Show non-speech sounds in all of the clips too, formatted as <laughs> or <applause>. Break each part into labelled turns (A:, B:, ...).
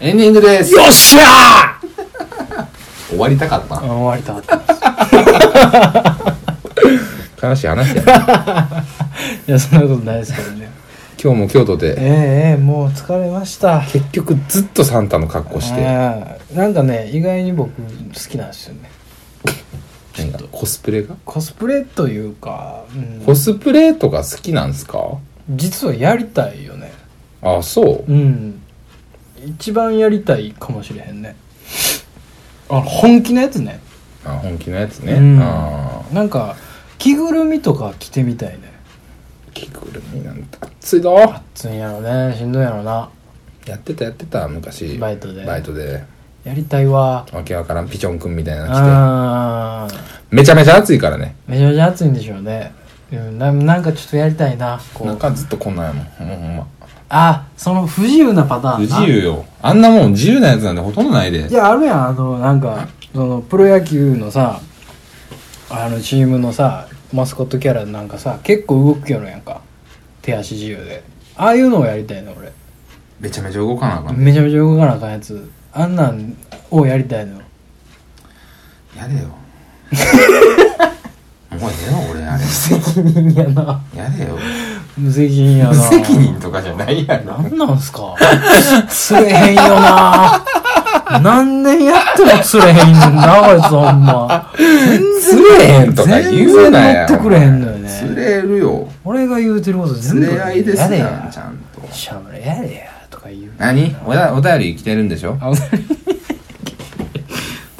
A: エンディングです
B: よっしゃー
A: 終わりたかった
B: あ終わりたか <laughs> った
A: 悲しい話 <laughs> やな
B: いやそんなことないですけどね
A: 今日も京都で
B: ええもう疲れました
A: 結局ずっとサンタの格好して
B: あーなんかね意外に僕好きなんですよね
A: なんかコスプレが
B: コスプレというか、うん
A: コスプレとか好きなんですか
B: 実はやりたいよね
A: あそう
B: うん一番やりたいかもしれへんねあ本気のやつね
A: あ本気のやつね
B: うん
A: あ
B: なんか着ぐるみとか着てみたいね
A: ー着ぐるみなんて熱いぞ
B: つんやろねしんどいやろな
A: やってたやってた昔
B: バイトで
A: バイトで
B: やりたいわ
A: わけわからんピチョンくんみたいなの着
B: ああ
A: てめちゃめちゃ暑いからね
B: めちゃめちゃ暑いんでしょうねうんななんかちょっとやりたいなこ
A: なん
B: う
A: かずっとこんなんやもんもうほんま
B: あその不自由なパターン
A: 不
B: な
A: 自由よあんなもん自由なやつなんてほとんどないで
B: いやあるやんあのなんかそのプロ野球のさあのチームのさマスコットキャラなんかさ結構動くキャラやんか手足自由でああいうのをやりたいの俺
A: めちゃめちゃ動かなあかん
B: めちゃめちゃ動かなあかんやつあんなんをやりたい
A: <laughs>
B: の
A: や <laughs> れよもうええわ俺あれ
B: 責任やな
A: やれよ
B: 無責任やな
A: 無責任とかじゃないやろ
B: なんなんすか釣れへんよな何年やっても釣れへんねんなこいつほんま
A: 釣れへんとか言うなや
B: 全然乗ってくれへんのよね
A: 釣れるよ
B: 俺が言うてること全
A: 釣
B: 部
A: れ合いです
B: やれ
A: や
B: や
A: んちゃんと
B: しゃべれやれやとか言う
A: 何おだお便り来てるんでしょ
B: あお便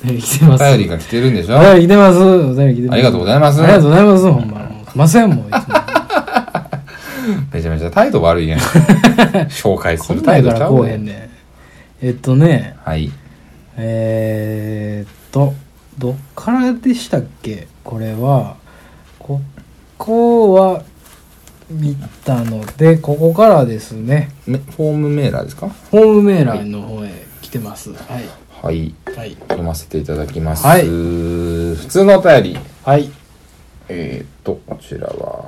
B: り来て
A: お
B: ます
A: 便りが来てるんでしょ
B: お便り来てますお便り来てます
A: ありがとうございます
B: ありがとうございますほんまもうすいませんもういつも
A: めちゃめちゃ態度悪い <laughs> やん紹介す
B: こ
A: る
B: んな
A: 態
B: ん
A: 度ち
B: か
A: ゃ
B: ら
A: う
B: こ
A: わ
B: うへんねんえっとね
A: はい
B: えー、っとどっからでしたっけこれはここは見たのでここからですね
A: めフォームメーラーですか
B: ホームメーラーの方へ来てますはい
A: はい
B: はい
A: 読ませていただきます、
B: はい
A: 普通のお便り
B: はい
A: えー、っとこちらは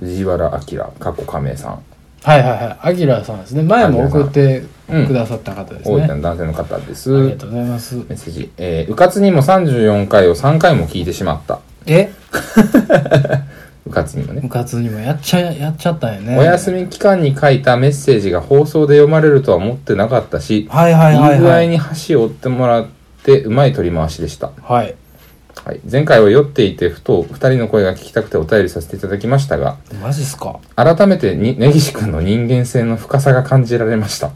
A: 藤原明過去亀井さん
B: はいはいはいアキラさんですね前も送ってくださった方ですね、
A: 大
B: あ
A: 分の男性の方です
B: り
A: メ
B: がとうございます
A: ッセージ、えー、うかつにも34回を3回も聞いてしまった
B: え
A: うかつにもね
B: 部活にもやっちゃやっちゃったんやね
A: お休み期間に書いたメッセージが放送で読まれるとは思ってなかったし、
B: はいはいはいい
A: い具
B: は
A: 合
B: い
A: に箸を折ってもらってうまい取り回しでした、
B: はい
A: はい、前回は酔っていてふと2人の声が聞きたくてお便りさせていただきましたが
B: マジっすか
A: 改めてに根岸君の人間性の深さが感じられました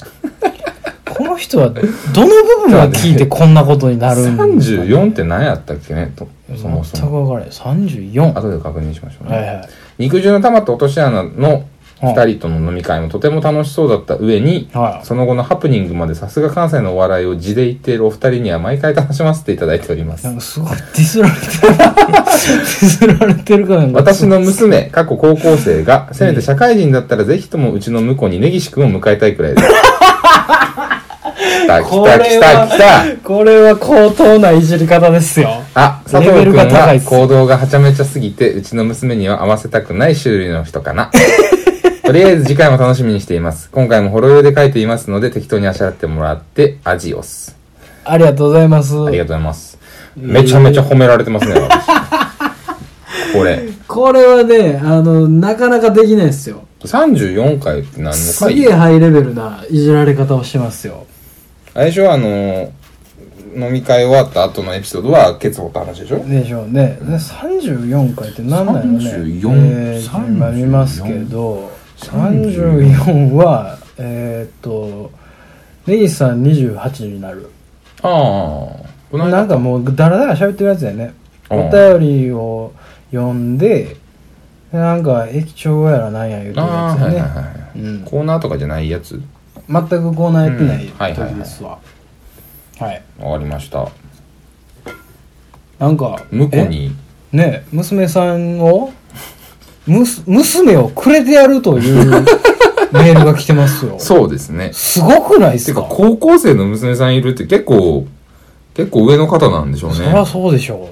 B: この人はどの部分を聞いてこんなことになるんですか、
A: 34って何やったっけねとそもそ
B: 全く
A: も
B: 分からない34は
A: 後で確認しましょうね、
B: いはい
A: 肉汁の玉と落とし穴の
B: はい
A: 2人との飲み会もとても楽しそうだった上に、
B: はい
A: その後のハプニングまでさすが関西のお笑いを地で言っているお二人には毎回楽しませていただいておりま
B: な
A: す
B: ん。かすごいディスられてるディスられてるかなんか
A: 私の娘、過去高校生が、せめて社会人だったらぜひともうちの婿に根岸くんを迎えたいくらい
B: <laughs>
A: です。来た来
B: これ
A: た
B: は
A: 来た来た
B: これは高等ないじり方ですよ
A: あ、佐藤
B: レベ
A: くん
B: ルが高いっ
A: は
B: す
A: 行動がはちゃめちゃすぎて、うちの娘には合わせたくない種類の人か <laughs> な。とりあえず次回も楽しみにしています。今回もほろ酔いで書いていますので、適当にあしらってもらって、アジオス。
B: ありがとうございます
A: ありがとうございます。めちゃめちゃ褒められてますね、 <laughs> 私これ。
B: これはねあのなかなかできないですよ
A: 34回って何の
B: す
A: 回
B: げえハイレベルないじられ方をしてますよ
A: 最初はあのー飲み会終わった後のエピソードは、ケツホった話でしょ
B: でしょうねね34回って何なのね
A: 34
B: えー、今見ますけど34はえー、っと根岸さん28になる
A: ああ。この間
B: なんかもうダラダラ喋ってるやつやね
A: うん
B: お便りを読んでなんか駅長やらなんや言うてる
A: あ
B: や
A: あ、
B: つ
A: はいはい
B: やね
A: は
B: う
A: い。
B: ん
A: コーナーとかじゃないやつ
B: 全くコーナーやってない
A: うんはいはいはい
B: 時ですわはい
A: わかりました。
B: なんか
A: 向こうに
B: えね娘さんをむす娘をくれてやるという
A: <laughs>
B: メールが来てますよ
A: そうですね
B: すごくないです
A: て
B: か
A: か高校生の娘さんいるって結構結構上の方なんでしょう
B: そり
A: ね
B: ゃそうでしょ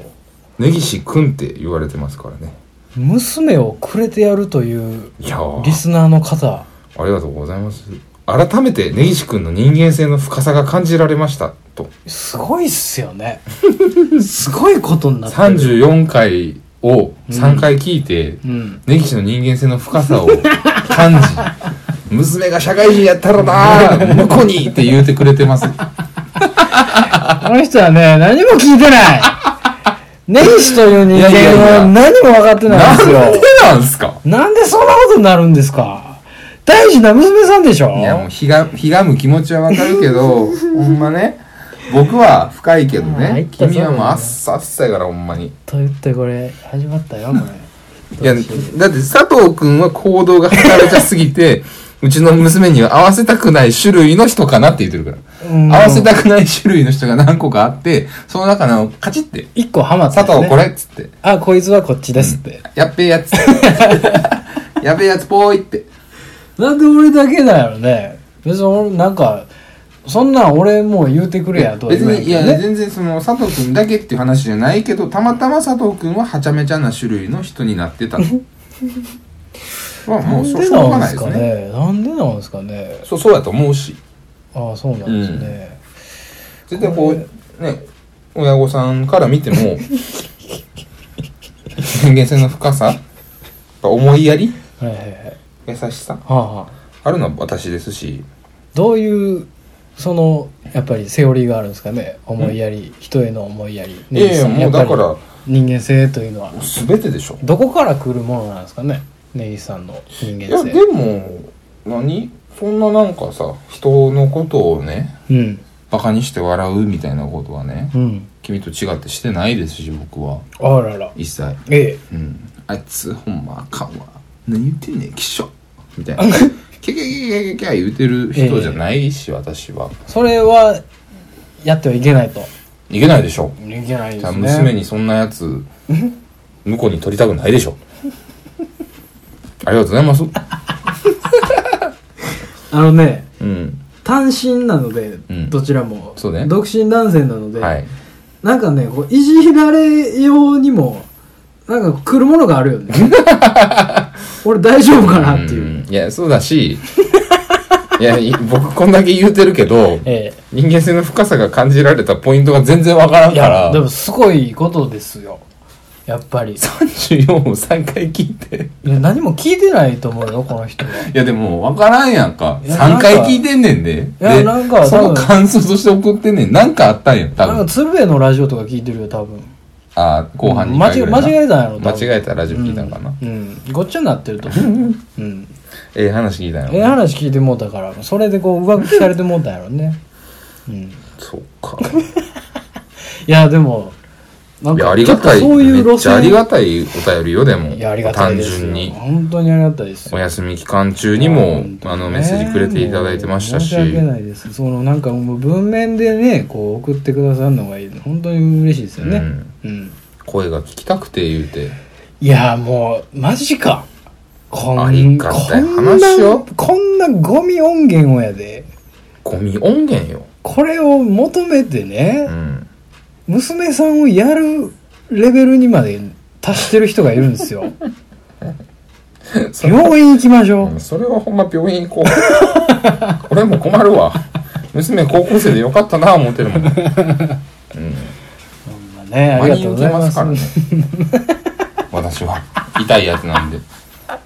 A: 根岸くんって言われてますからね
B: う娘をくれてやるという
A: いやー
B: リスナーの方
A: ありがとうございます改めて根岸君の人間性の深さが感じられましたと
B: すごいっす
A: <laughs>
B: よねすごいことになってる
A: 34回を3回聞いて、
B: うん
A: 根岸の人間性の深さを <laughs> 感じ娘が社会人やったらな向こうにって言うてくれてます
B: あの人はね何も聞い
A: <laughs>
B: てない根岸という人間
A: いやいやい
B: は
A: や
B: 何も分かってない
A: なん
B: んです
A: で
B: よ
A: なんすか
B: なんでそんなことになるんですか大事な娘さんでしょ
A: いやもうひがひがむ気持ちはわかるけ <laughs> どほんまね僕は深いけど
B: ああ
A: ね
B: 一気に
A: 君はもう
B: そうだね
A: あっさあっさやからほんまに
B: と言ってこれ始まったよこ
A: い
B: れ
A: やだって佐藤君は行動が働かすぎて <laughs> うちの娘には合わせたくない種類の人かなって言ってるから、
B: うん
A: 合わせたくない種類の人が何個かあってその中のカチッて
B: 一個ハ
A: 「
B: マった
A: 佐
B: よ
A: 藤
B: ね
A: これ」っつって
B: あこいつはこっちですって、
A: やっべえ <laughs> やつ。やべえやつぽーいって。
B: なんで俺だけだよね別に俺なんかそんなん俺もう言うてくれやとは
A: 別
B: 言わない
A: に、い
B: けど
A: や、
B: ね
A: 全然その、佐藤くんだけっていう話じゃないけど、たまたま佐藤くんははちゃめちゃな種類の人にな
B: <laughs>
A: ってたと。まあ、もう、しょしょうが
B: な
A: な
B: んでないんです
A: です
B: か
A: ね。
B: ねなんでなんですかね
A: そう、そうだと思うし。
B: ああそうなんですね、
A: 絶対こう、ね、親御さんから見ても、人間性の深さ、やっぱ思いやり、
B: はいはいはい
A: 優しさ、
B: はあ、はあ、
A: あるのは私ですし、
B: どういうそのやっぱりセオリーがあるんですかね思いやり人への思いやり
A: いやいや、もうだか
B: や
A: ら
B: っぱ、り人間性というのは
A: 全てでしょ。
B: どこから来るものなんですかね根岸さんの人
A: いや
B: 間
A: で
B: 性
A: も何そんななんかさ人のことをね
B: うん
A: バカにして笑うみたいなことはね
B: うん
A: 君と違ってしてないですし僕は
B: あらら
A: 一切
B: え
A: うんあいつほんまあかんわ何言ってんねんきっしょみたいなキャキャキャキャキャキャ言うてる人じゃないし、私は
B: えそれはやってはいけないと
A: いけないでしょ
B: いけないで
A: じゃあ
B: すね
A: 娘にそんなやつ向こうに取りたくないでしょありがとうございます
B: あのね
A: うん
B: 単身なので
A: うん
B: どちらも、
A: そうね
B: 独身男性なので、
A: はい
B: なんかねこういじられようにもなんか来るものがあ
A: <laughs>
B: るよね俺大丈夫かなっていう、
A: んいや、そうだし、いや、い僕こんだけ言うてるけど、
B: え
A: 人間性の深さが感じられたポイントが全然わから
B: え
A: ん
B: い
A: か
B: や
A: ら、
B: でもすごいことですよやっぱり
A: 34を3回聞いて。
B: いや何も聞いてないと思うよこの人はい
A: や、でもわからんやんか。
B: いや
A: 3回
B: なんか
A: 聞いてんねんで。
B: いや
A: で
B: なんか
A: そ
B: 多
A: の
B: 分
A: 感想として送ってんねん。なんかあったんやん、多
B: なんか
A: 分。
B: 鶴瓶のラジオとか聞いてるよ多分
A: あー後半に
B: 間違間違えたんやろ多
A: 間
B: 分
A: 違えたラジオ聞いたんかな。
B: うん、うんごっちゃになってると思う、うん、
A: ええ話聞いたんやろ
B: ええ話聞いてもうたからそれでこう上書きされてもうたんやろね、うん、い
A: そうか。
B: やでもなん
A: いや、あ
B: か
A: りがたい。
B: そういう
A: めっ
B: 路
A: ちゃ
B: 線
A: ありがたいお便りよ、でも。
B: いやありがたい
A: 単
B: ですよ
A: 純に。
B: 本当にありがたいです
A: お
B: よ
A: 休み期間中にも、
B: 本当
A: あ
B: にね
A: のメッセージくれていただいてましたし
B: もう申し訳ないですそのなんかもう文面でねこう送ってくださるのがいい本当に嬉しいですよね
A: うん
B: うん
A: 声が聞きたくて言うて
B: いやもうマジかこん
A: ありがたい
B: こん
A: 話
B: な
A: よ
B: こんなゴミ音源をやで
A: ゴミ音源よ、
B: これを求めて
A: う
B: ね、
A: ん、
B: 娘さんをやるレベルにまで達してる人がいるんですよ
A: <laughs> それ
B: 病院行きましょう、
A: うんそれはほんま病院行こう <laughs> 俺も困るわ娘高校生でよかったな思ってるもん、
B: <laughs>
A: うん、
B: ほんまねあ
A: 真
B: りが
A: に
B: とう
A: 受
B: ご
A: け
B: ざいま
A: ます
B: す
A: からね私は痛いやつなんで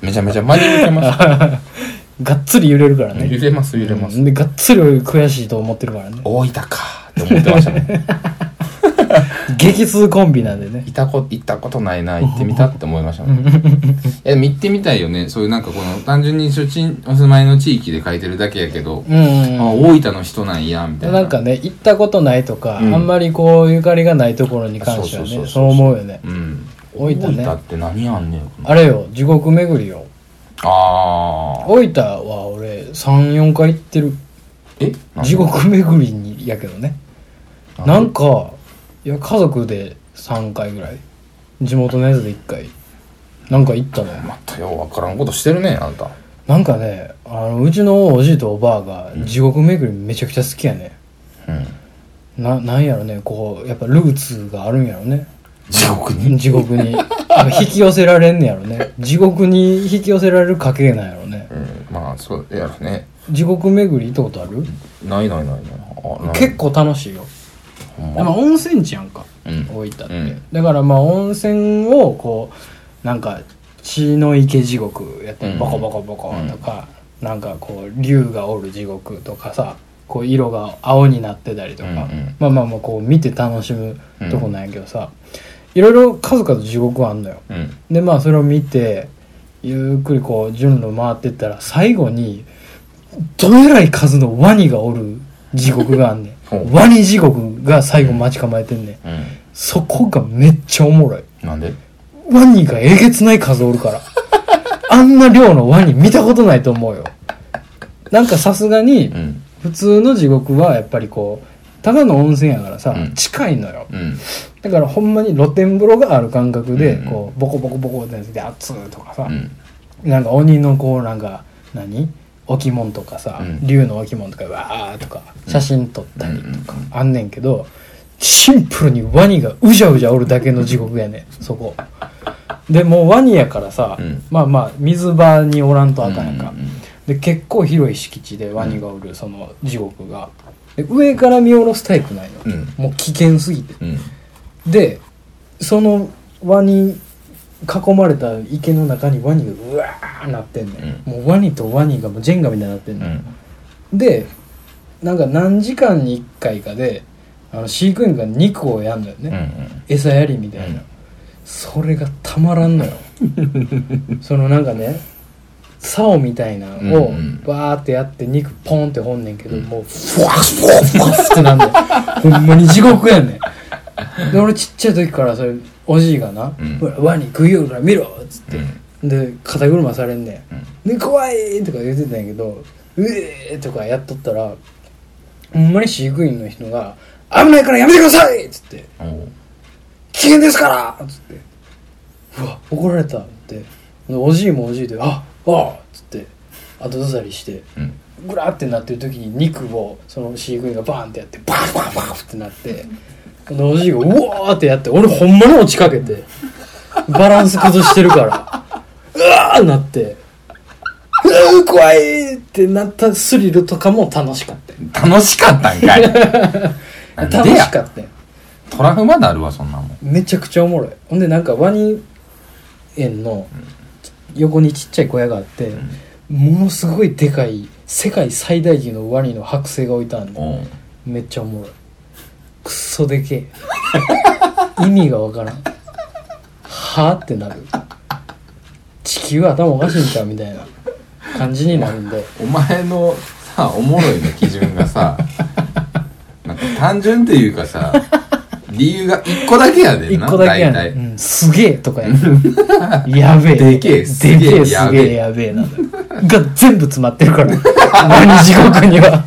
A: めちゃめちゃ真に受けます
B: <laughs> がっつり揺れるからね
A: 揺れます揺れます、
B: うんでがっつり俺悔しいと思ってるからね
A: 大分かって思ってました
B: <laughs>
A: ね
B: 激痛コンビなんでね
A: いたこ行ったことないな行ってみたって思いました
B: <laughs>
A: ねえでも行ってみたいよねそういうなんかこの単純に所賃お住まいの地域で書いてるだけやけど、
B: うんうん
A: あ
B: うん
A: 大分の人なんやみたいな
B: なんかね行ったことないとか、
A: うん
B: あんまりこうゆかりがないところに関して
A: そうそ
B: は
A: うそう
B: ね
A: そう
B: そう思うよね
A: うん
B: 大分ね
A: 大って何やんねん
B: あれよ地獄巡りよ
A: あー
B: 大分は俺34回行ってる
A: えなんで
B: 地獄巡りにやけどね
A: な
B: なんん
A: で
B: かいや家族で3回ぐらい地元のやつで1回なんか行ったのよ
A: またようわからんことしてるねあんた
B: なんかねあのうちのおじいとおばあが地獄巡りめちゃくちゃ好きやね、
A: うん
B: ななんやろねこうやっぱルーツがあるんやろね
A: 地獄に
B: 地
A: <laughs>
B: 獄にやっぱ引き寄せられんねやろね地獄に引き寄せられる家系なんやろね
A: うんまあそうやろね
B: 地獄巡り行ったことある
A: ないないないないあない
B: 結構楽しいよ、
A: ほん
B: まあ、
A: ま
B: 温泉地やんか、
A: うん
B: 大分って、
A: うん
B: だからまあ温泉をこうなんか血の池地獄やったり
A: うん
B: ボコボコボコとか、なんかこう竜がおる地獄とかさこう色が青になってたりとか、
A: うんうん
B: まあまあまあこう見て楽しむとこなんやけどさ、いろいろ数々地獄あんのよ
A: うん
B: でまあそれを見てゆっくりこう順路回ってったら最後にどえらい数のワニがおる地獄があんね
A: ほ
B: ん
A: う
B: ワニ地獄が最後待ち構えてんねん
A: うん
B: そこがめっちゃおもろい
A: なんで
B: ワニがえげつない数おるからあんな量のワニ見たことないと思うよなんかさすがに
A: うん
B: 普通の地獄はやっぱりこうただの温泉やからさ、
A: うん
B: 近いのよ
A: うん
B: だからほんまに露天風呂がある感覚で、
A: うんうん
B: こうボコボコボコってやつで熱いとかさ、
A: うん
B: なんか鬼のこうなんか何置物とかさ、
A: うん
B: 竜の置物とかわーとか写真撮ったりとか
A: うんうん
B: あんねんけどシンプルにワニがうじゃうじゃおるだけの地獄やねんそこでもうワニやからさ、
A: うん
B: まあまあ水場におらんとあかんやんか、
A: うんうんうん
B: で結構広い敷地でワニがおるその地獄がで上から見下ろすタイプないの、
A: うん
B: もう危険すぎて
A: うん
B: でそのワニ囲まれた池の中にワニがうわーなってんね、ん、もうワニとワニがもうジェンガみたいになってん
A: う
B: ね、
A: ん
B: ん、でなんか何時間に1回かであの飼育員が肉をやんだよね、
A: うん
B: 餌やりみたいな、
A: うん
B: それがたまらんのよそのなんかね竿みたいなのを
A: うんうん
B: バーってやって肉ポンって掘んねんけど、
A: うん
B: もうフワッフワッフワッってなんだよほんまに地獄やねんで俺ちっちゃい時からそれおじいがな
A: うん
B: ほらワニ食いよるから見ろ」っつって
A: うん
B: で肩車されんね
A: うん
B: ん「で怖い!」とか言ってたんやけど「うえー!」とかやっとったらほんまに飼育員の人が「危ないからやめてください!」っつって
A: おう
B: 危険ですからつってうわ怒られたってでおじいもおじいで「ああっ」つって後ずさりして
A: うん
B: グラーってなってる時に肉をその飼育員がバーンってやってバンバンバンってなってでおじいが「うわ!」ってやって俺ほんまに落ちかけてバランス崩してるからうわーなって「うわー怖い!」ってなったスリルとかも楽しかったよ
A: 楽しかったん
B: <laughs>
A: かいなんでや
B: 楽しかったよ
A: トラウマなるわそんなもん
B: めちゃくちゃおもろいほんでなんかワニ園の横にちっちゃい小屋があって、ものすごいでかい世界最大級のワニの剥製が置いてあるの
A: おう
B: めっちゃおもろいくっそでけえ意味がわからんはあってなる地球頭おかしいんちゃうみたいな感じになるんで
A: お前のさおもろいの基準が <laughs> さなんか単純っていうかさ理由が一個だけやでん
B: 一
A: な
B: 個だけや
A: 大
B: ねん
A: 体
B: うんすげえとかやねんやべえ
A: でけえ
B: です
A: す
B: げ
A: げ
B: え
A: え
B: す
A: や
B: げえ
A: べえ
B: やべえなのよが全部詰まってるから何地獄には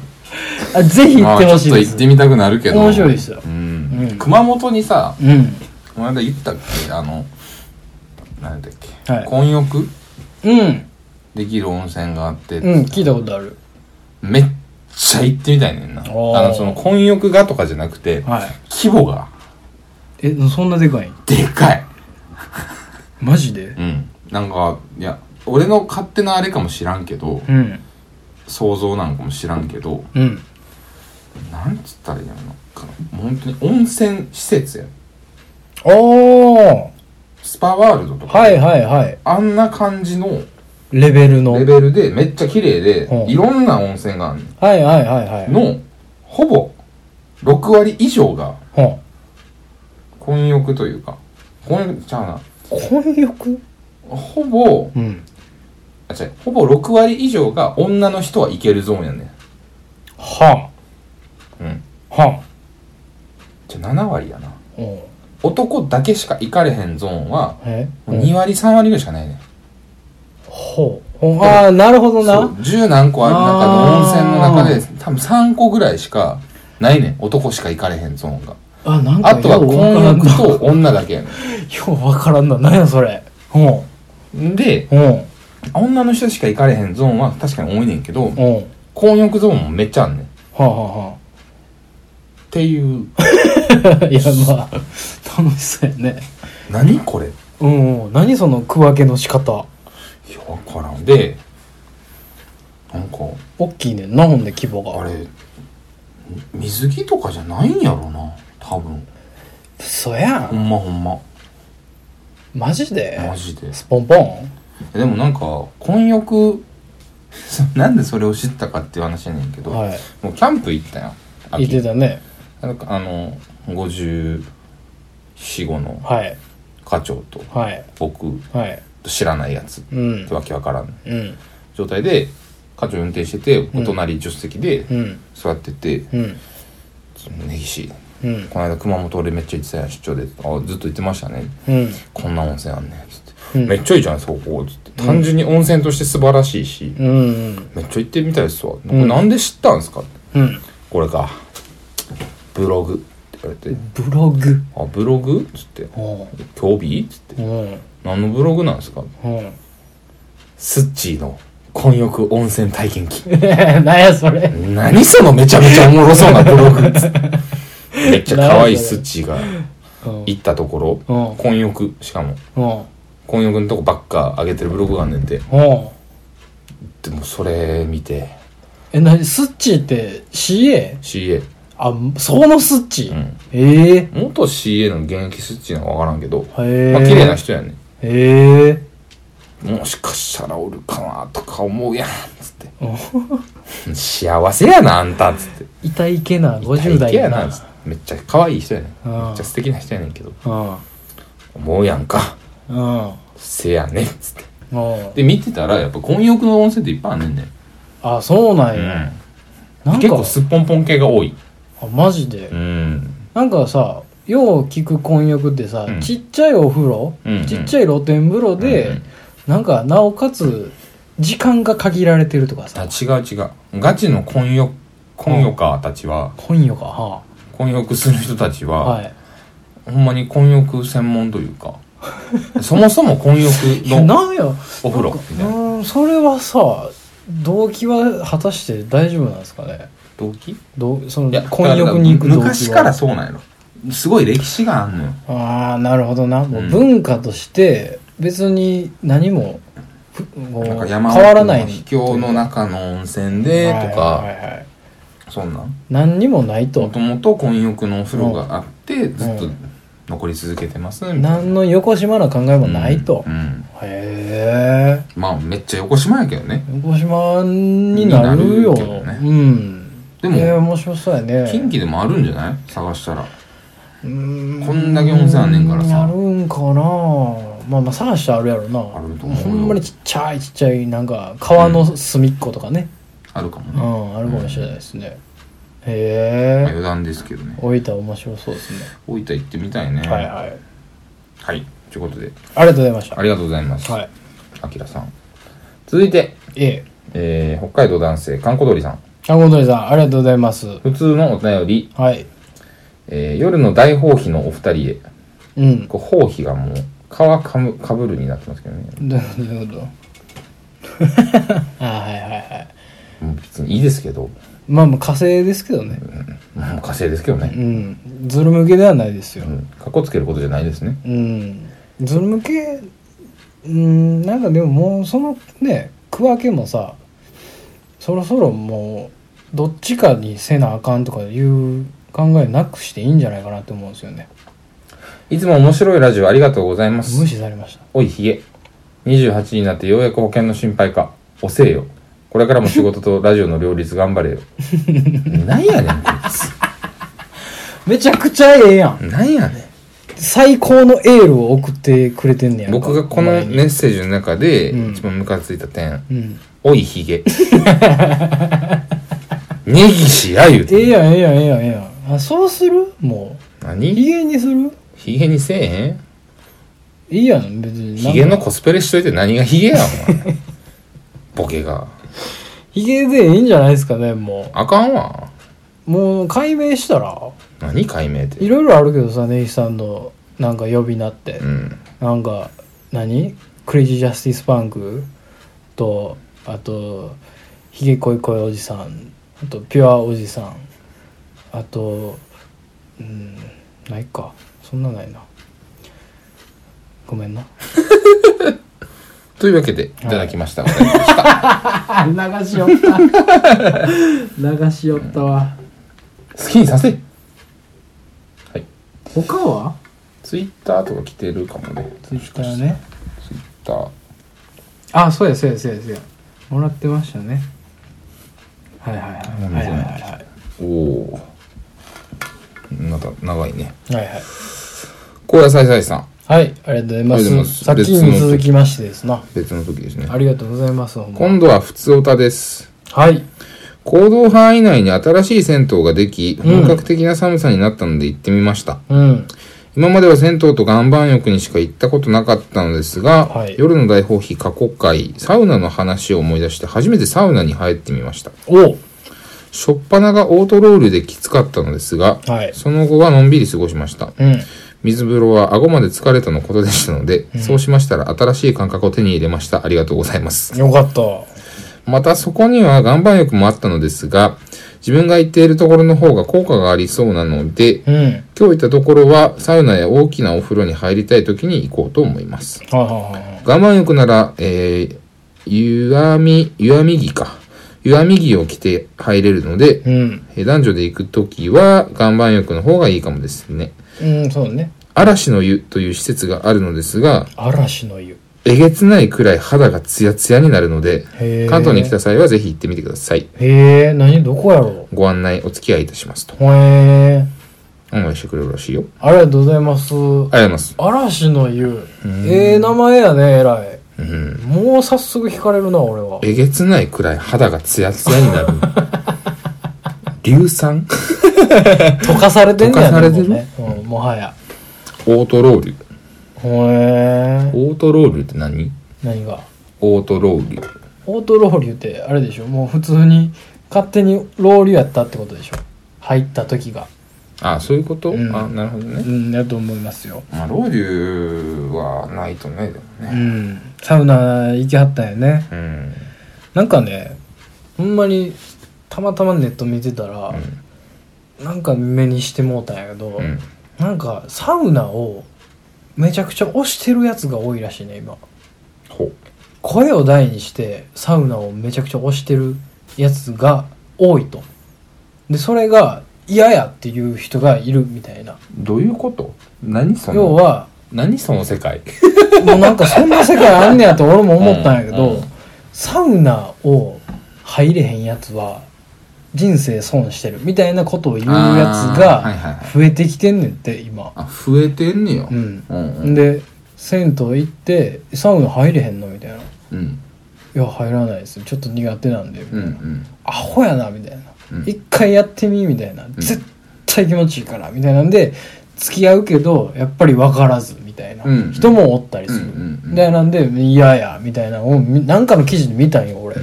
B: あぜひ行
A: ま
B: っ
A: あ
B: て
A: ちょ
B: ほ
A: っ
B: しい
A: と
B: で
A: 行
B: す
A: ってみたくなるけど
B: 面白いですよ
A: うん
B: うん
A: 熊本にさ
B: うん
A: この間言ったっけあの何だっけ、
B: はい
A: 混浴
B: うん
A: できる温泉があって、
B: うん聞いたことある
A: めっちゃ行ってみたいねんなあ
B: おー
A: のその混浴がとかじゃなくて
B: はい
A: 規模が
B: えそんなでかいん
A: でかい
B: マジで
A: うんなんかいや俺の勝手なあれかもしらんけど
B: うん
A: 想像なんかも知らんけど
B: うん
A: なんつったらいいのかな本当に温泉施設や
B: おー
A: スパワールドとか、
B: はいはいはい
A: あんな感じの
B: レベルのは
A: レ
B: い
A: ベルでめっちゃ綺麗で
B: うん
A: いろんな温泉がある
B: はいはいはい
A: のほぼ6割以上が
B: は
A: 混浴というか混浴ちゃうな
B: 婚浴
A: ほぼ
B: うん
A: あ違うほぼ6割以上が女の人は行けるゾーンやね
B: は
A: うん
B: あは
A: じゃあ7割やな
B: あおう
A: 男だけしか行かれへんゾーンは
B: えうん
A: 2割3割ぐらいしかないねん
B: ほうほうああなるほど
A: そ
B: な
A: う十何個ある中の温泉の中
B: あ
A: で多分3個ぐらいしかないねん男しか行かれへんゾーンが
B: あなんか
A: あとは
B: ようわからん
A: 婚
B: な
A: 浴と女だけやね
B: ようわからんな何やそれうん
A: んで
B: うん
A: 女の人しか行かれへんゾーンは確かに多いねんけど
B: うんは
A: 婚浴ゾーンもめっちゃあんねんっ
B: あ、は
A: ていう
B: あはあ、 <laughs> いやまあ楽しそうやね
A: 何これい
B: うんうん何その区分けの仕方
A: やわからんでなんか
B: 大きいねんなほんで規模が
C: あれ水着とかじゃないんやろな多分
B: そや
C: ほ
B: ん
C: んまほんま
B: マジで
C: マジで
B: スポンポン
A: でもなんか混浴 <laughs> なんでそれを知ったかっていう話やねんけど、
B: はい
A: もうキャンプ行ったよ
B: 言って
A: た
B: たね
A: なんかあの545の
B: はい
A: 課長と
B: はい
A: 僕
B: はい
A: と知らないやつっ
B: うん
A: てわけわからん
B: うん
A: 状態で課長運転しててお隣助手席で
B: うん
A: 座ってて、
B: うん
A: その根岸
B: うん
A: この間熊本俺めっちゃ行ってたやん出張であずっと行ってましたね
B: うん
A: こんな温泉あんねんつって、
B: うん
A: めっちゃいいじゃんそこつって単純に温泉として素晴らしいし、
B: うん
A: めっちゃ行ってみたいっすわ、これなんで知ったんすか
B: うん
A: これかブログって言われて
B: ブログ
A: 「あブログ?」っつって
B: おう
A: 「興味?」っつって
B: うん
A: 「何のブログなんですか?
B: うん」 <laughs>
A: スッチーの混浴温泉体験記
B: 何やそれ
A: 何そのめちゃめちゃおもろそう <laughs> なブログっつってめっちゃ可愛いスッチーが
B: うん
A: 行ったところ
B: うん
A: 混浴しかも
B: うん
A: 混浴のとこばっか上げてるブログがあんねんて
B: うん
A: でもそれ見て
B: え何スッチーって CA?
A: CA
B: あそのスッチ
A: う
B: ー
A: ん
B: ええ
A: 元 CA の現役スッチーなのか分からんけど、
B: へえ
A: まあ綺麗な人やねん
B: へえ
A: もしかしたらおるかなとか思うやんつって
B: お
A: 「幸せやなあんた」つって
B: 痛いけな
A: 体
B: 50代
A: 型やなつってめっちゃ可愛い人やねん
B: うん
A: めっちゃ素敵な人やねんけど
B: うん
A: 思うやんか
B: うん
A: せやねつって
B: うん
A: で見てたらやっぱ混浴の温泉っていっぱいあんねんね、
B: あそうなん
A: う
B: や
A: ん
B: なん
A: 結構
B: か
A: すっぽんぽん系が多い
B: あマジで
A: うん
B: なんかさよう聞く混浴ってさ、
A: うん
B: ちっちゃいお風呂、
A: うんうん
B: ちっちゃい露天風呂で、
A: うんうん
B: なんかなおかつ時間が限られてるとか
A: あ
B: さ
A: 違う違うガチの混浴混浴家たちは
B: 混浴かは
A: 混浴する人たち
B: あ
A: は、
B: はい
A: ほんまに混浴専門という
B: <laughs>
A: かそもそも混浴
B: いや
A: の
B: なんやう
A: お風呂みたいな
B: ーんそれはさ動機は果たして大丈夫なんですかね
A: 動機
B: どうその
A: いや
B: 混浴に行く動機は
A: 昔からそうなんやろすごい歴史があんのよ
B: ああなるほどな、もううん文化として別に何もふもう
A: なんか
B: 変
A: 山
B: わらない
A: 奥の秘境の中の温泉
B: とい
A: で
B: う
A: とか、
B: はいはいはい
A: そんなん
B: 何にもないと
A: もともと混浴のお風呂があってずっ
B: う
A: と
B: ん
A: 残り続けてますみたいな
B: 何の横島な考えもないと、
A: うんうん
B: へえ
A: まあめっちゃ横島やけどね
B: 横島になる
A: にな
B: よ
A: るけどね
B: うん
A: でも
B: えー、面白そうやね
A: 近畿でもあるんじゃない探したら
B: こん
A: こんだけ温泉あんねんからさ
B: あるんかなまあまあ探してあるやろな
A: あると思うよ
B: ほんまにちっちゃいちっちゃいなんか川の隅っことかね
A: あるかも
B: う
A: ね、
B: ん、あるかもしれないですね
A: まあ
B: へえ
A: 余談ですけどね
B: 大分面白そうですね、
A: 大分行ってみたいね
B: はいはいあり
A: はいということで
B: がとうございまし
A: ありがとうございます
B: たはい
A: あきらさん続いて、
B: ええ
A: えー、北海道男性かんこどりさん
B: あごとりさんありがとうございます
A: 普通のお便り
B: はい
A: えー夜の大放棄のお二人へ
B: うん
A: こう放棄がもう皮かむかぶるになってますけどね
B: <laughs> どういうことあはいはいはい
A: もう別にいいですけども
B: まあまあ火星ですけどね
A: う火星ですけど
B: う
A: ね、
B: んズル向けではないですよ
A: うん、かっこつけることじゃないですね
B: うんズル向けうんなんかでももうそのね区分けもさそろそろもうどっちかにせなあかんとかいう考えなくしていいんじゃないかなと思うんですよね
A: いつも面白いラジオありがとうございます
B: 無視されました
A: おいひげ28になってようやく保険の心配かおせえよこれからも仕事とラジオの両立頑張
B: <laughs>
A: れよなんやねんこ
B: めちゃくちゃええやん
A: いつなんやね
B: 最高のエールを送ってくれてんねや
A: ん
B: んか
A: 僕がこの
B: お前に
A: メッセージの中で
B: うん
A: 一番ムカついた点
B: うん
A: 「おいひげ」「根岸あゆ」
B: ええやんええやんええやんええやんあそうするもう
A: 何
B: ヒゲにする
A: ヒゲにせえへん
B: いいやん別に
A: ヒゲ
B: なん
A: の
B: か
A: コスプレしといて何がヒゲやお
B: <laughs>
A: 前ボケが
B: ヒゲでいいんじゃないですかねも
A: あかんわ
B: うもう解明したら
A: 何解明って
B: いろいろあるけどさネイさんのなんか呼び名って、
A: うん
B: なんか何クレイジージャスティスパンクとあとヒゲこいこいおじさんあとピュアおじさんあとうんないかそんなないなごめんな
A: というわけで、いただきました。お題でした
B: あ流しよった <laughs> 流しよったわ
A: 好きにさせ
B: 他は
A: ツイッターとか来てるかもね。
B: ツイッターね
A: ツイッター。
B: あそうやそうやそうやそうやもらってましたねはいはいはいはいはいは
A: おおー。なんか長いね。
B: いはいはい
A: 高野菜菜さん。
B: はい、ありがとうご
A: ありがとご
B: ざいうま。
A: ざいますす
B: さっきに続きましてですな。
A: 別の時ですね
B: あ。りがとうございます、ほんま
A: 今度は普通おたです。
B: はい。
A: 行動範囲内に新しい銭湯ができ、本格的な寒さになったので行ってみました。
B: うん。
A: 今までは銭湯と岩盤浴にしか行ったことなかったのですが、
B: はい
A: 夜の大放棄過去回、サウナの話を思い出して初めてサウナに入ってみました。
B: お
A: しょっぱながオートロールできつかったのですが、
B: はい
A: その後はのんびり過ごしました。
B: うん。
A: 水風呂は顎まで疲れたのことでしたので、そうしましたら新しい感覚を手に入れました。ありがとうございます。
B: よかった。
A: またそこには岩盤浴もあったのですが、自分が行っているところの方が効果がありそうなので、
B: うん。はい
A: 今日行ったところはサウナや大きなお風呂に入りたい時に行こうと思います。
B: はいはいはい。
A: 我慢浴なら、えー、湯あみ、湯あみ着か。湯あみ着を着て入れるので、
B: うん。
A: えー男女で行くときは岩盤浴の方がいいかもですね。
B: うん、そうね。
A: 嵐の湯という施設があるのですが、
B: 嵐の湯。
A: えげつないくらい肌がツヤツヤになるので、
B: へえ。
A: 関東に来た際はぜひ行ってみてください。
B: へえ、何どこやろ
A: ご案内お付き合いいたしますと。
B: うへえ。
A: 案内してくれるらしいよ。
B: ありがとうございます。
A: ありがとうござい
B: 嵐の湯。ええ名前やね、えらい。
A: ます。うん。
B: もう早速惹かれるな、俺は。
A: えげつないくらい肌がツヤツヤになる。硫酸
B: 溶かされてんねやね
A: 溶かされてる
B: もうねうん、もはや。
A: オートロール。
B: へえ。
A: オートロールって何
B: 何が
A: オートロール。
B: オートロウリュってあれでしょもう普通に勝手にロウリュやったってことでしょ入った時が
A: あ、そういうこと、
B: うん
A: あ、なるほど
B: う
A: ね。
B: んだと思いますよ
A: まあ、ロウリュはないとね、でも
B: う
A: ね。
B: んサウナ行きはったんよね
A: うん。
B: なんかねほんまにたまたまネット見てたら、なんか目にしてもうたんやけど、
A: うん。
B: なんかサウナをめちゃくちゃ推してるやつが多いらしいね今
A: ほう。
B: 声を大にしてサウナをめちゃくちゃ推してるやつが多いとでそれが嫌やっていう人がいるみたいな
A: どういうこと何その
B: 要は
A: 何その世界
B: <laughs> もうなんかそんな世界あんねやと俺も思ったんやけど、
A: うんうん
B: サウナを入れへんやつは人生損してるみたいなことを言うやつ
A: あーはいはいは
B: が
A: い
B: 増えてきてんねんって今
A: あ増えてんねよ
B: うん
A: うんうん
B: で銭湯行ってサウナ入れへんのみたいな「
A: うん
B: いや入らないですちょっと苦手なんで」みた
A: う
B: い
A: ん
B: な、
A: うん
B: アホやなみたいな、
A: うん
B: 一回やってみみたいな、絶対気持ちいいからみたいなんで付き合うけどやっぱり分からずみたいな、
A: うん
B: 人もおったりす
A: う
B: る、
A: んうんうん
B: みたいなんで嫌やみたいなのをみなんかの記事で見たんよ俺、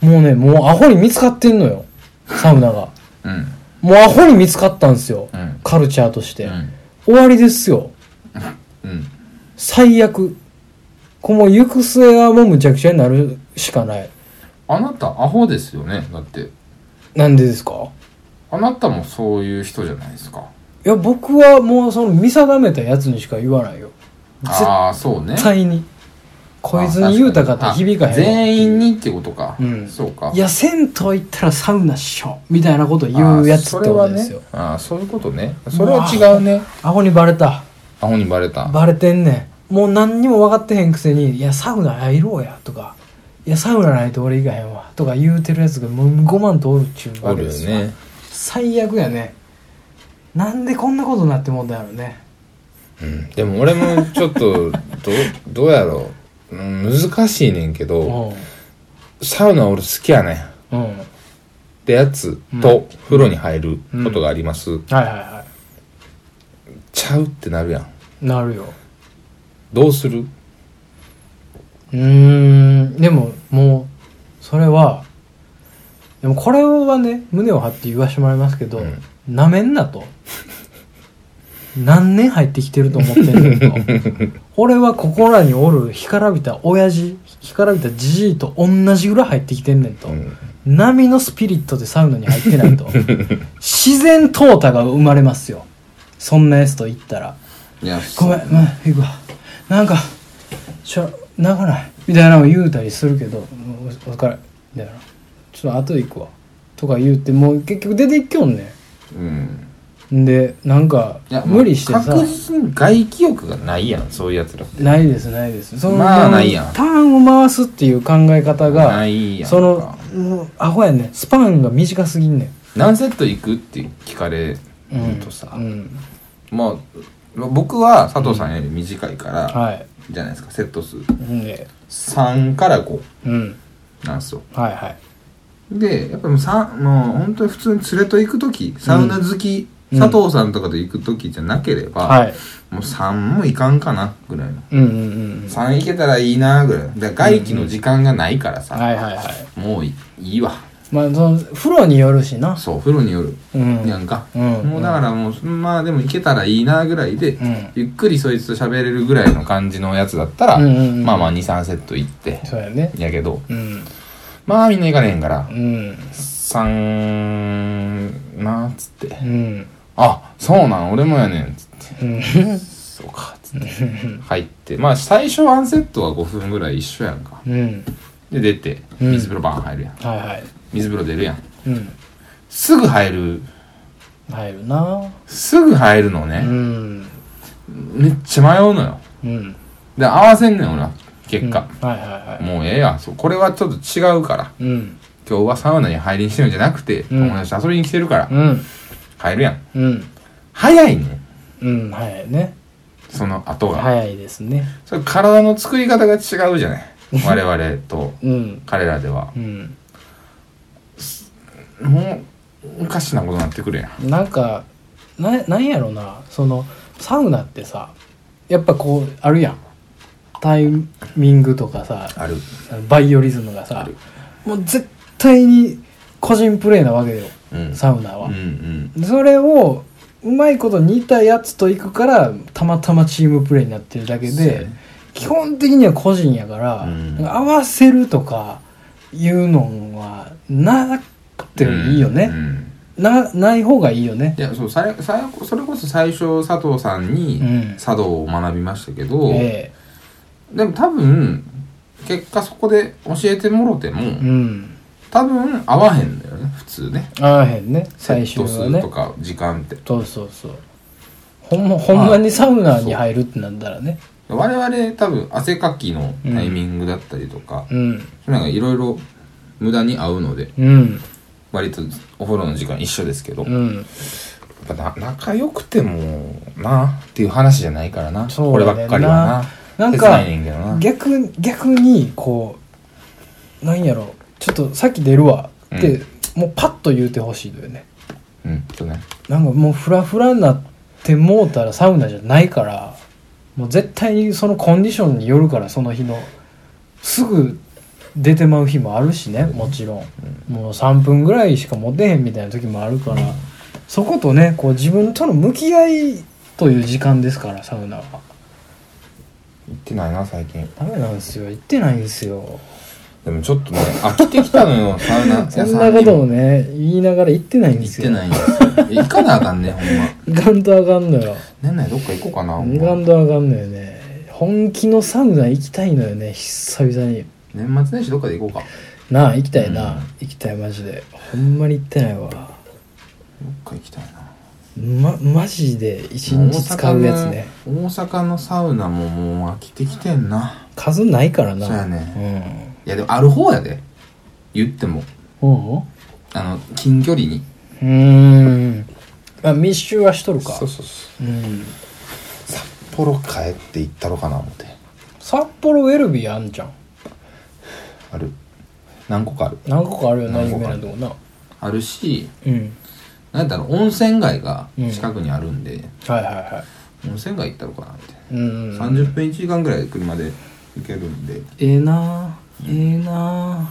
B: もうねもうアホに見つかってんのよサウナが
A: うん
B: もうアホに見つかったんすよ、
A: うん
B: カルチャーとして、
A: うん
B: 終わりですよ
A: うん
B: 最悪この行く末はもうむちゃくちゃになるしかない
A: あなたアホですよねだって
B: なんでですか
A: あなたもそういう人じゃないですか
B: いや僕はもうその見定めたやつにしか言わないよ絶
A: ああそうね
B: 対にこいつに言うたかって響かへん
A: あ
B: わ
A: 全員にってことか
B: うん
A: そうか
B: いや銭湯行ったらサウナっしょみたいなこと言うやつってことですよ、
A: あーそれはねあーそういうことねそれは違うね
B: アホにバレた
A: アホにバレた
B: バレてんねんもう何にも分かってへんくせに「いやサウナ入ろうや」とか「いやサウナないと俺行かへんわ」とか言うてるやつがもう5万とおるっちゅう
A: お
B: わけ
A: るよ
B: ですよ
A: ね
B: 最悪やねなんでこんなことになってもんだよね
A: うんでも俺もちょっとどう <laughs> どうやろううん難しいねんけ
B: う
A: ど
B: ん
A: サウナ俺好きやねん
B: うん
A: ってやつと風呂に入ることがあります、
B: はいはいは
A: ちゃうってなるやん
B: いなるよ
A: どうする
B: うーんでももうそれはでもこれはね胸を張って言わしてもらいますけど
A: うん
B: な、めんなと何年入ってきてると思ってんねんと <laughs> 俺はここらにおる干からびた親父干からびたじじいと同じぐらい入ってきてんねんと、
A: ん
B: 波のスピリットでサウナに入ってないと自然淘汰が生まれますよそんなやつと言ったら
A: いや
B: ごめん、うん、行くわ。なんか、ちょ、泣かない。みたいなのを言うたりするけどもう「分からん」みたいな「ちょっと後で行くわ」とか言うてもう結局出ていきょんね
A: うん
B: んでなんか
A: いやもう
B: 無理してさ
A: 確実に外気欲がないやんそういうやつらって
B: ないですないですその
A: まあないやん
B: ターンを回すっていう考え方
A: な
B: が
A: いやんか
B: そのもうアホやねんスパンが短すぎんね
A: 何セット行くって聞かれる
B: んうん
A: とさ、
B: うん
A: まあ僕は佐藤さんより短いから、
B: はい
A: じゃないですかセット数
B: うんで
A: 3から5
B: うん
A: なんですよ
B: はいはい
A: でやっぱもうさもう本当に普通に連れと行く時サウナ好き、
B: うん
A: 佐藤さんとかと行く時じゃなければ、
B: はい
A: もう3もいかんかなぐらいの
B: うんうんうんうん
A: 3いけたらいいなぐらいだから外気の時間がないからさ、
B: はいはいはい
A: もういいいわ
B: まあその風呂によるしな
A: そう風呂による
B: うん
A: やんか、
B: うん
A: もうだからもうまあでもいけたらいいなぐらいで、
B: うん
A: ゆっくりそいつと喋れるぐらいの感じのやつだったら、
B: うんうんうん
A: まあまあ23セット行って
B: そうやね
A: やけど
B: うん
A: まあみんな行かれへんから
B: うん
A: 3なっつって
B: うん
A: 「あそうなん俺もやねん」っつって
B: う
A: 「
B: ん
A: そうか」っつ
B: <laughs>
A: って入ってまあ最初ワンセットは5分ぐらい一緒やんか
B: うん
A: で出て
B: うん
A: 水風呂バン入るやん
B: はいはい
A: 水風呂出るやん
B: うん
A: すぐ入る
B: 入るな
A: すぐ入るの
B: う
A: ね、
B: ん
A: めっちゃ迷うのよ
B: うん
A: で合わせんねん俺は結果、
B: うんはいはいは
A: もうええやそうこれはちょっと違うから
B: いうん
A: 今日はサウナに入りに来てるんじゃなくて、
B: うん
A: 友達と遊びに来てるから、
B: うん
A: 入るやん
B: うん
A: 早いね
B: うん早いね
A: その後が、
B: 早いですね
A: それ体の作り方が違うじゃない我々と <laughs>
B: うん
A: 彼らでは
B: うん
A: もうおかしなことになってくるやん
B: なんかななんやろなそのサウナってさやっぱこうあるやんタイミングとかさ
A: ある
B: バイオリズムがさもう絶対に個人プレーなわけよ
A: うん
B: サウナは
A: うんう、ん
B: でそれをうまいこと似たやつと行くからたまたまチームプレーになってるだけ
A: そうや
B: で
A: ね
B: 基本的には個人やから、
A: うん
B: なんか合わせるとかいうのはなくていいよね、
A: うん
B: なない方がいいよね
A: いやそうさいさいそれこそ最初佐藤さんに
B: うん
A: 茶道を学びましたけど、
B: え
A: でも多分結果そこで教えてもろても、
B: えうん
A: 多分合わへんだよね普通ね
B: 合わへんね最
A: セ
B: 終
A: ット
B: は
A: 数
B: ね
A: とか時間って
B: そうそうそうほん,、ま、ほんまにサウナに入るってなったらね
A: 我々多分汗かきのタイミングだったりとか、
B: うん
A: なんかいろいろ無駄に合うので
B: うん
A: 割とお風呂の時間一緒ですけど、
B: う
A: やっ
B: ん
A: ぱな仲良くてもなっていう話じゃないからな、
B: そ
A: こ
B: う
A: れ
B: やね
A: ば
B: んな
A: っかりはな
B: なん
A: 切な
B: か
A: いねんけどな
B: 逆逆にこうなんやろちょっとさっき出るわって、
A: う
B: もうパッと言うてほしいのよね
A: うんそうね
B: なんかもうフラフラになってもうたらサウナじゃないからもう絶対にそのコンディションによるからその日のすぐ出てまう日もあるしねもちろん、もう3分ぐらいしか持てへんみたいな時もあるから、そことねこう自分との向き合いという時間ですからサウナは
A: 行ってないな最近
B: ダメなんですよ行ってないんですよ
A: でもちょっとね飽きてきたの
B: <laughs>
A: よサウナ屋
B: そ
A: さん
B: んなことを
A: にも
B: ね言いながら行ってないんで
A: 行っ
B: す
A: て
B: よ
A: ないんですよ行かなあかんねほんま
B: 行かんとあかんのよ
A: 年内どっか行こうかなほん
B: 行
A: ま
B: かんとあかんのよね本気のサウナ行きたいのよね久々に
A: 年末年始どっかで行こうか
B: なあ行きたいな、
A: うん
B: 行きたいマジでほんまに行ってない
A: ど
B: わ
A: っか行きたいな
B: まマジで一日使うやつね
A: 大阪の大阪のサウナももう飽きてきてんな
B: 数ないからな
A: そうや
B: う
A: ね
B: ん
A: いやでもある方やで言っても
B: うんう
A: あの近距離に
B: ーんまあ密集はしとるか
A: そうそうそう
B: うん
A: 札幌帰って行ったろかな思って
B: 札幌ウェルビーあんじゃん
A: ある何個かある
B: 何個かあるよな
A: 何
B: 有
A: 個
B: 名
A: か
B: なとこな
A: あるし
B: うん
A: なんだろう温泉街が近くにあるんで、
B: はいはいは
A: 温泉街行ったろかなみたい
B: いうん
A: な、30分1時間ぐらいで車で行けるんで
B: ええなええな
A: も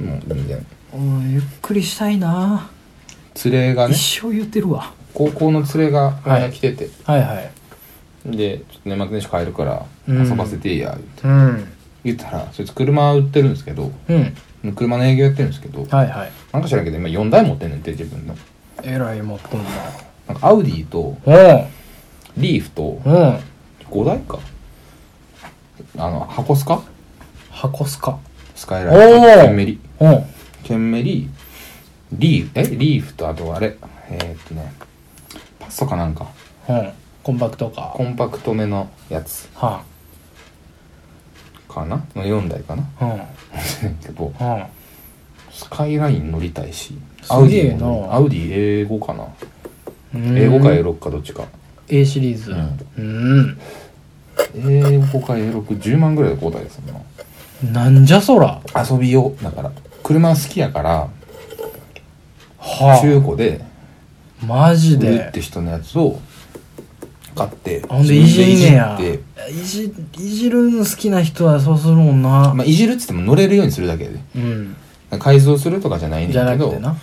A: う全然
B: おいゆっくりしたいな
A: 連れがね
B: 一生言ってるわ
A: 高校の連れがみんな来てて、
B: はいはい
A: でちょっと年末年始帰るから
B: うん
A: 遊ばせてや、
B: うん
A: 言ったらそいつ車売ってるんですけど
B: うん
A: 車の営業やってるんですけど
B: はいはい
A: なんか知らんけど今4台持ってんねんて自分の
B: えらい持ってんな
A: なんかアウディと
B: う
A: リーフと
B: んうん
A: 5台かあの箱スカ
B: 箱スカ
A: スカイライト
B: おー
A: ケンメリ
B: うん
A: ケンメリリーフえリーフとあとあれえー、っとねパッソかなんか
B: うんコンパクトか
A: コンパクトめのやつ
B: は
A: かなの4台かな <laughs>
B: あうん
A: けど
B: うん
A: スカイライン乗りたいし
B: すげえな
A: アウディ英語かな
B: うん
A: 英語か A6 かどっちか
B: A シリーズうん、
A: 英語か A610 万ぐらいで交代ですもんな
B: なんじゃそら
A: 遊び用だから車好きやから中
B: は
A: 古で
B: あマジ
A: 売る
B: で
A: って人のやつを買って
B: ほんでいじんねや
A: 自分でいじって
B: いじいじるん好きな人はそうするもんな、
A: まあ、いじるっつっても乗れるようにするだけやで
B: うん
A: 改造するとかじゃないねん
B: じゃな
A: け
B: く
A: ど
B: てな、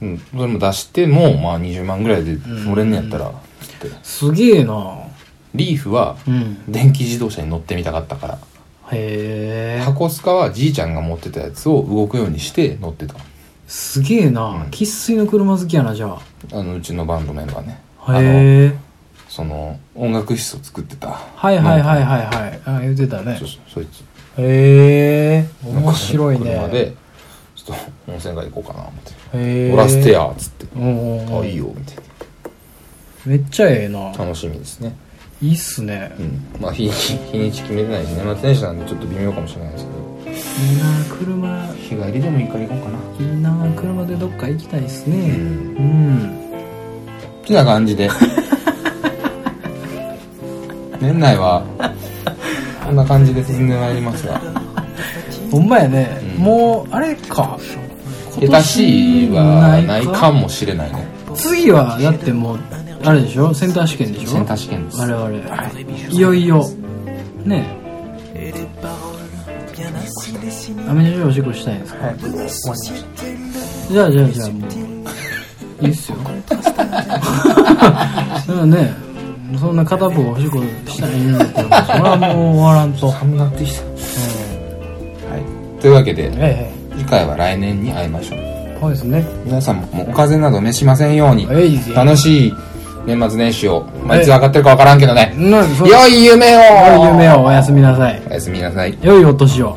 B: うん、
A: うん、それも出してもまあ20万ぐらいで乗れんのやったら、つって
B: すげえな
A: リーフは
B: うん
A: 電気自動車に乗ってみたかったから
B: へえ
A: 箱スカはじいちゃんが持ってたやつを動くようにして乗ってた
B: すげえな
A: うん
B: 生粋、の車好きやなじゃ
A: あのうちのバンドメンバーね
B: あ
A: あの
B: へえ
A: その音楽室を作ってた
B: はいはいはいはいはいあ言ってたね
A: そうそうそいつ
B: へえ面白いね
A: 車でちょっと温泉街行こうかな思って「
B: へえ
A: ドラステア」っつって
B: うんうん
A: 「
B: うん
A: あいいよ」みたい
B: めっちゃええな
A: な楽しみですね
B: いいっすね
A: うんまあ日にち日にち決めてないし年末年始なんでちょっと微妙かもしれないですけ
B: いいな車
A: ど日帰りでもいいから行こうかない
B: いな車でどっか行きたいっす
A: う
B: ね
A: ん
B: うん
A: ってな感じ
B: <laughs>
A: で年内はこんな感じで進んでまいりますが
B: ほんまやね、
A: うん
B: もうあれか
A: 下手しいはないかもしれないね
B: 次はだってもうあれでしょセンター試験でしょ
A: センター試験です
B: 我々、い、よいよねえアメリカでおしっこしたいんですか、じゃあじゃあじゃあもういいっすよでもねそんな片方おしっこしたらいいんだったらそれはもう終わらんと、うん、
A: 寒なってきたはいというわけで
B: ええ
A: 次回は来年に会いましょう
B: そうですね
A: 皆さんもお風邪など召しませんように
B: はいぜひ
A: 楽しい年末年始を、まあ、いつ上がってるかわからんけどね
B: うんそう
A: 良い夢を
B: 良い夢をおやすみなさい
A: おやすみなさい
B: 良いお年を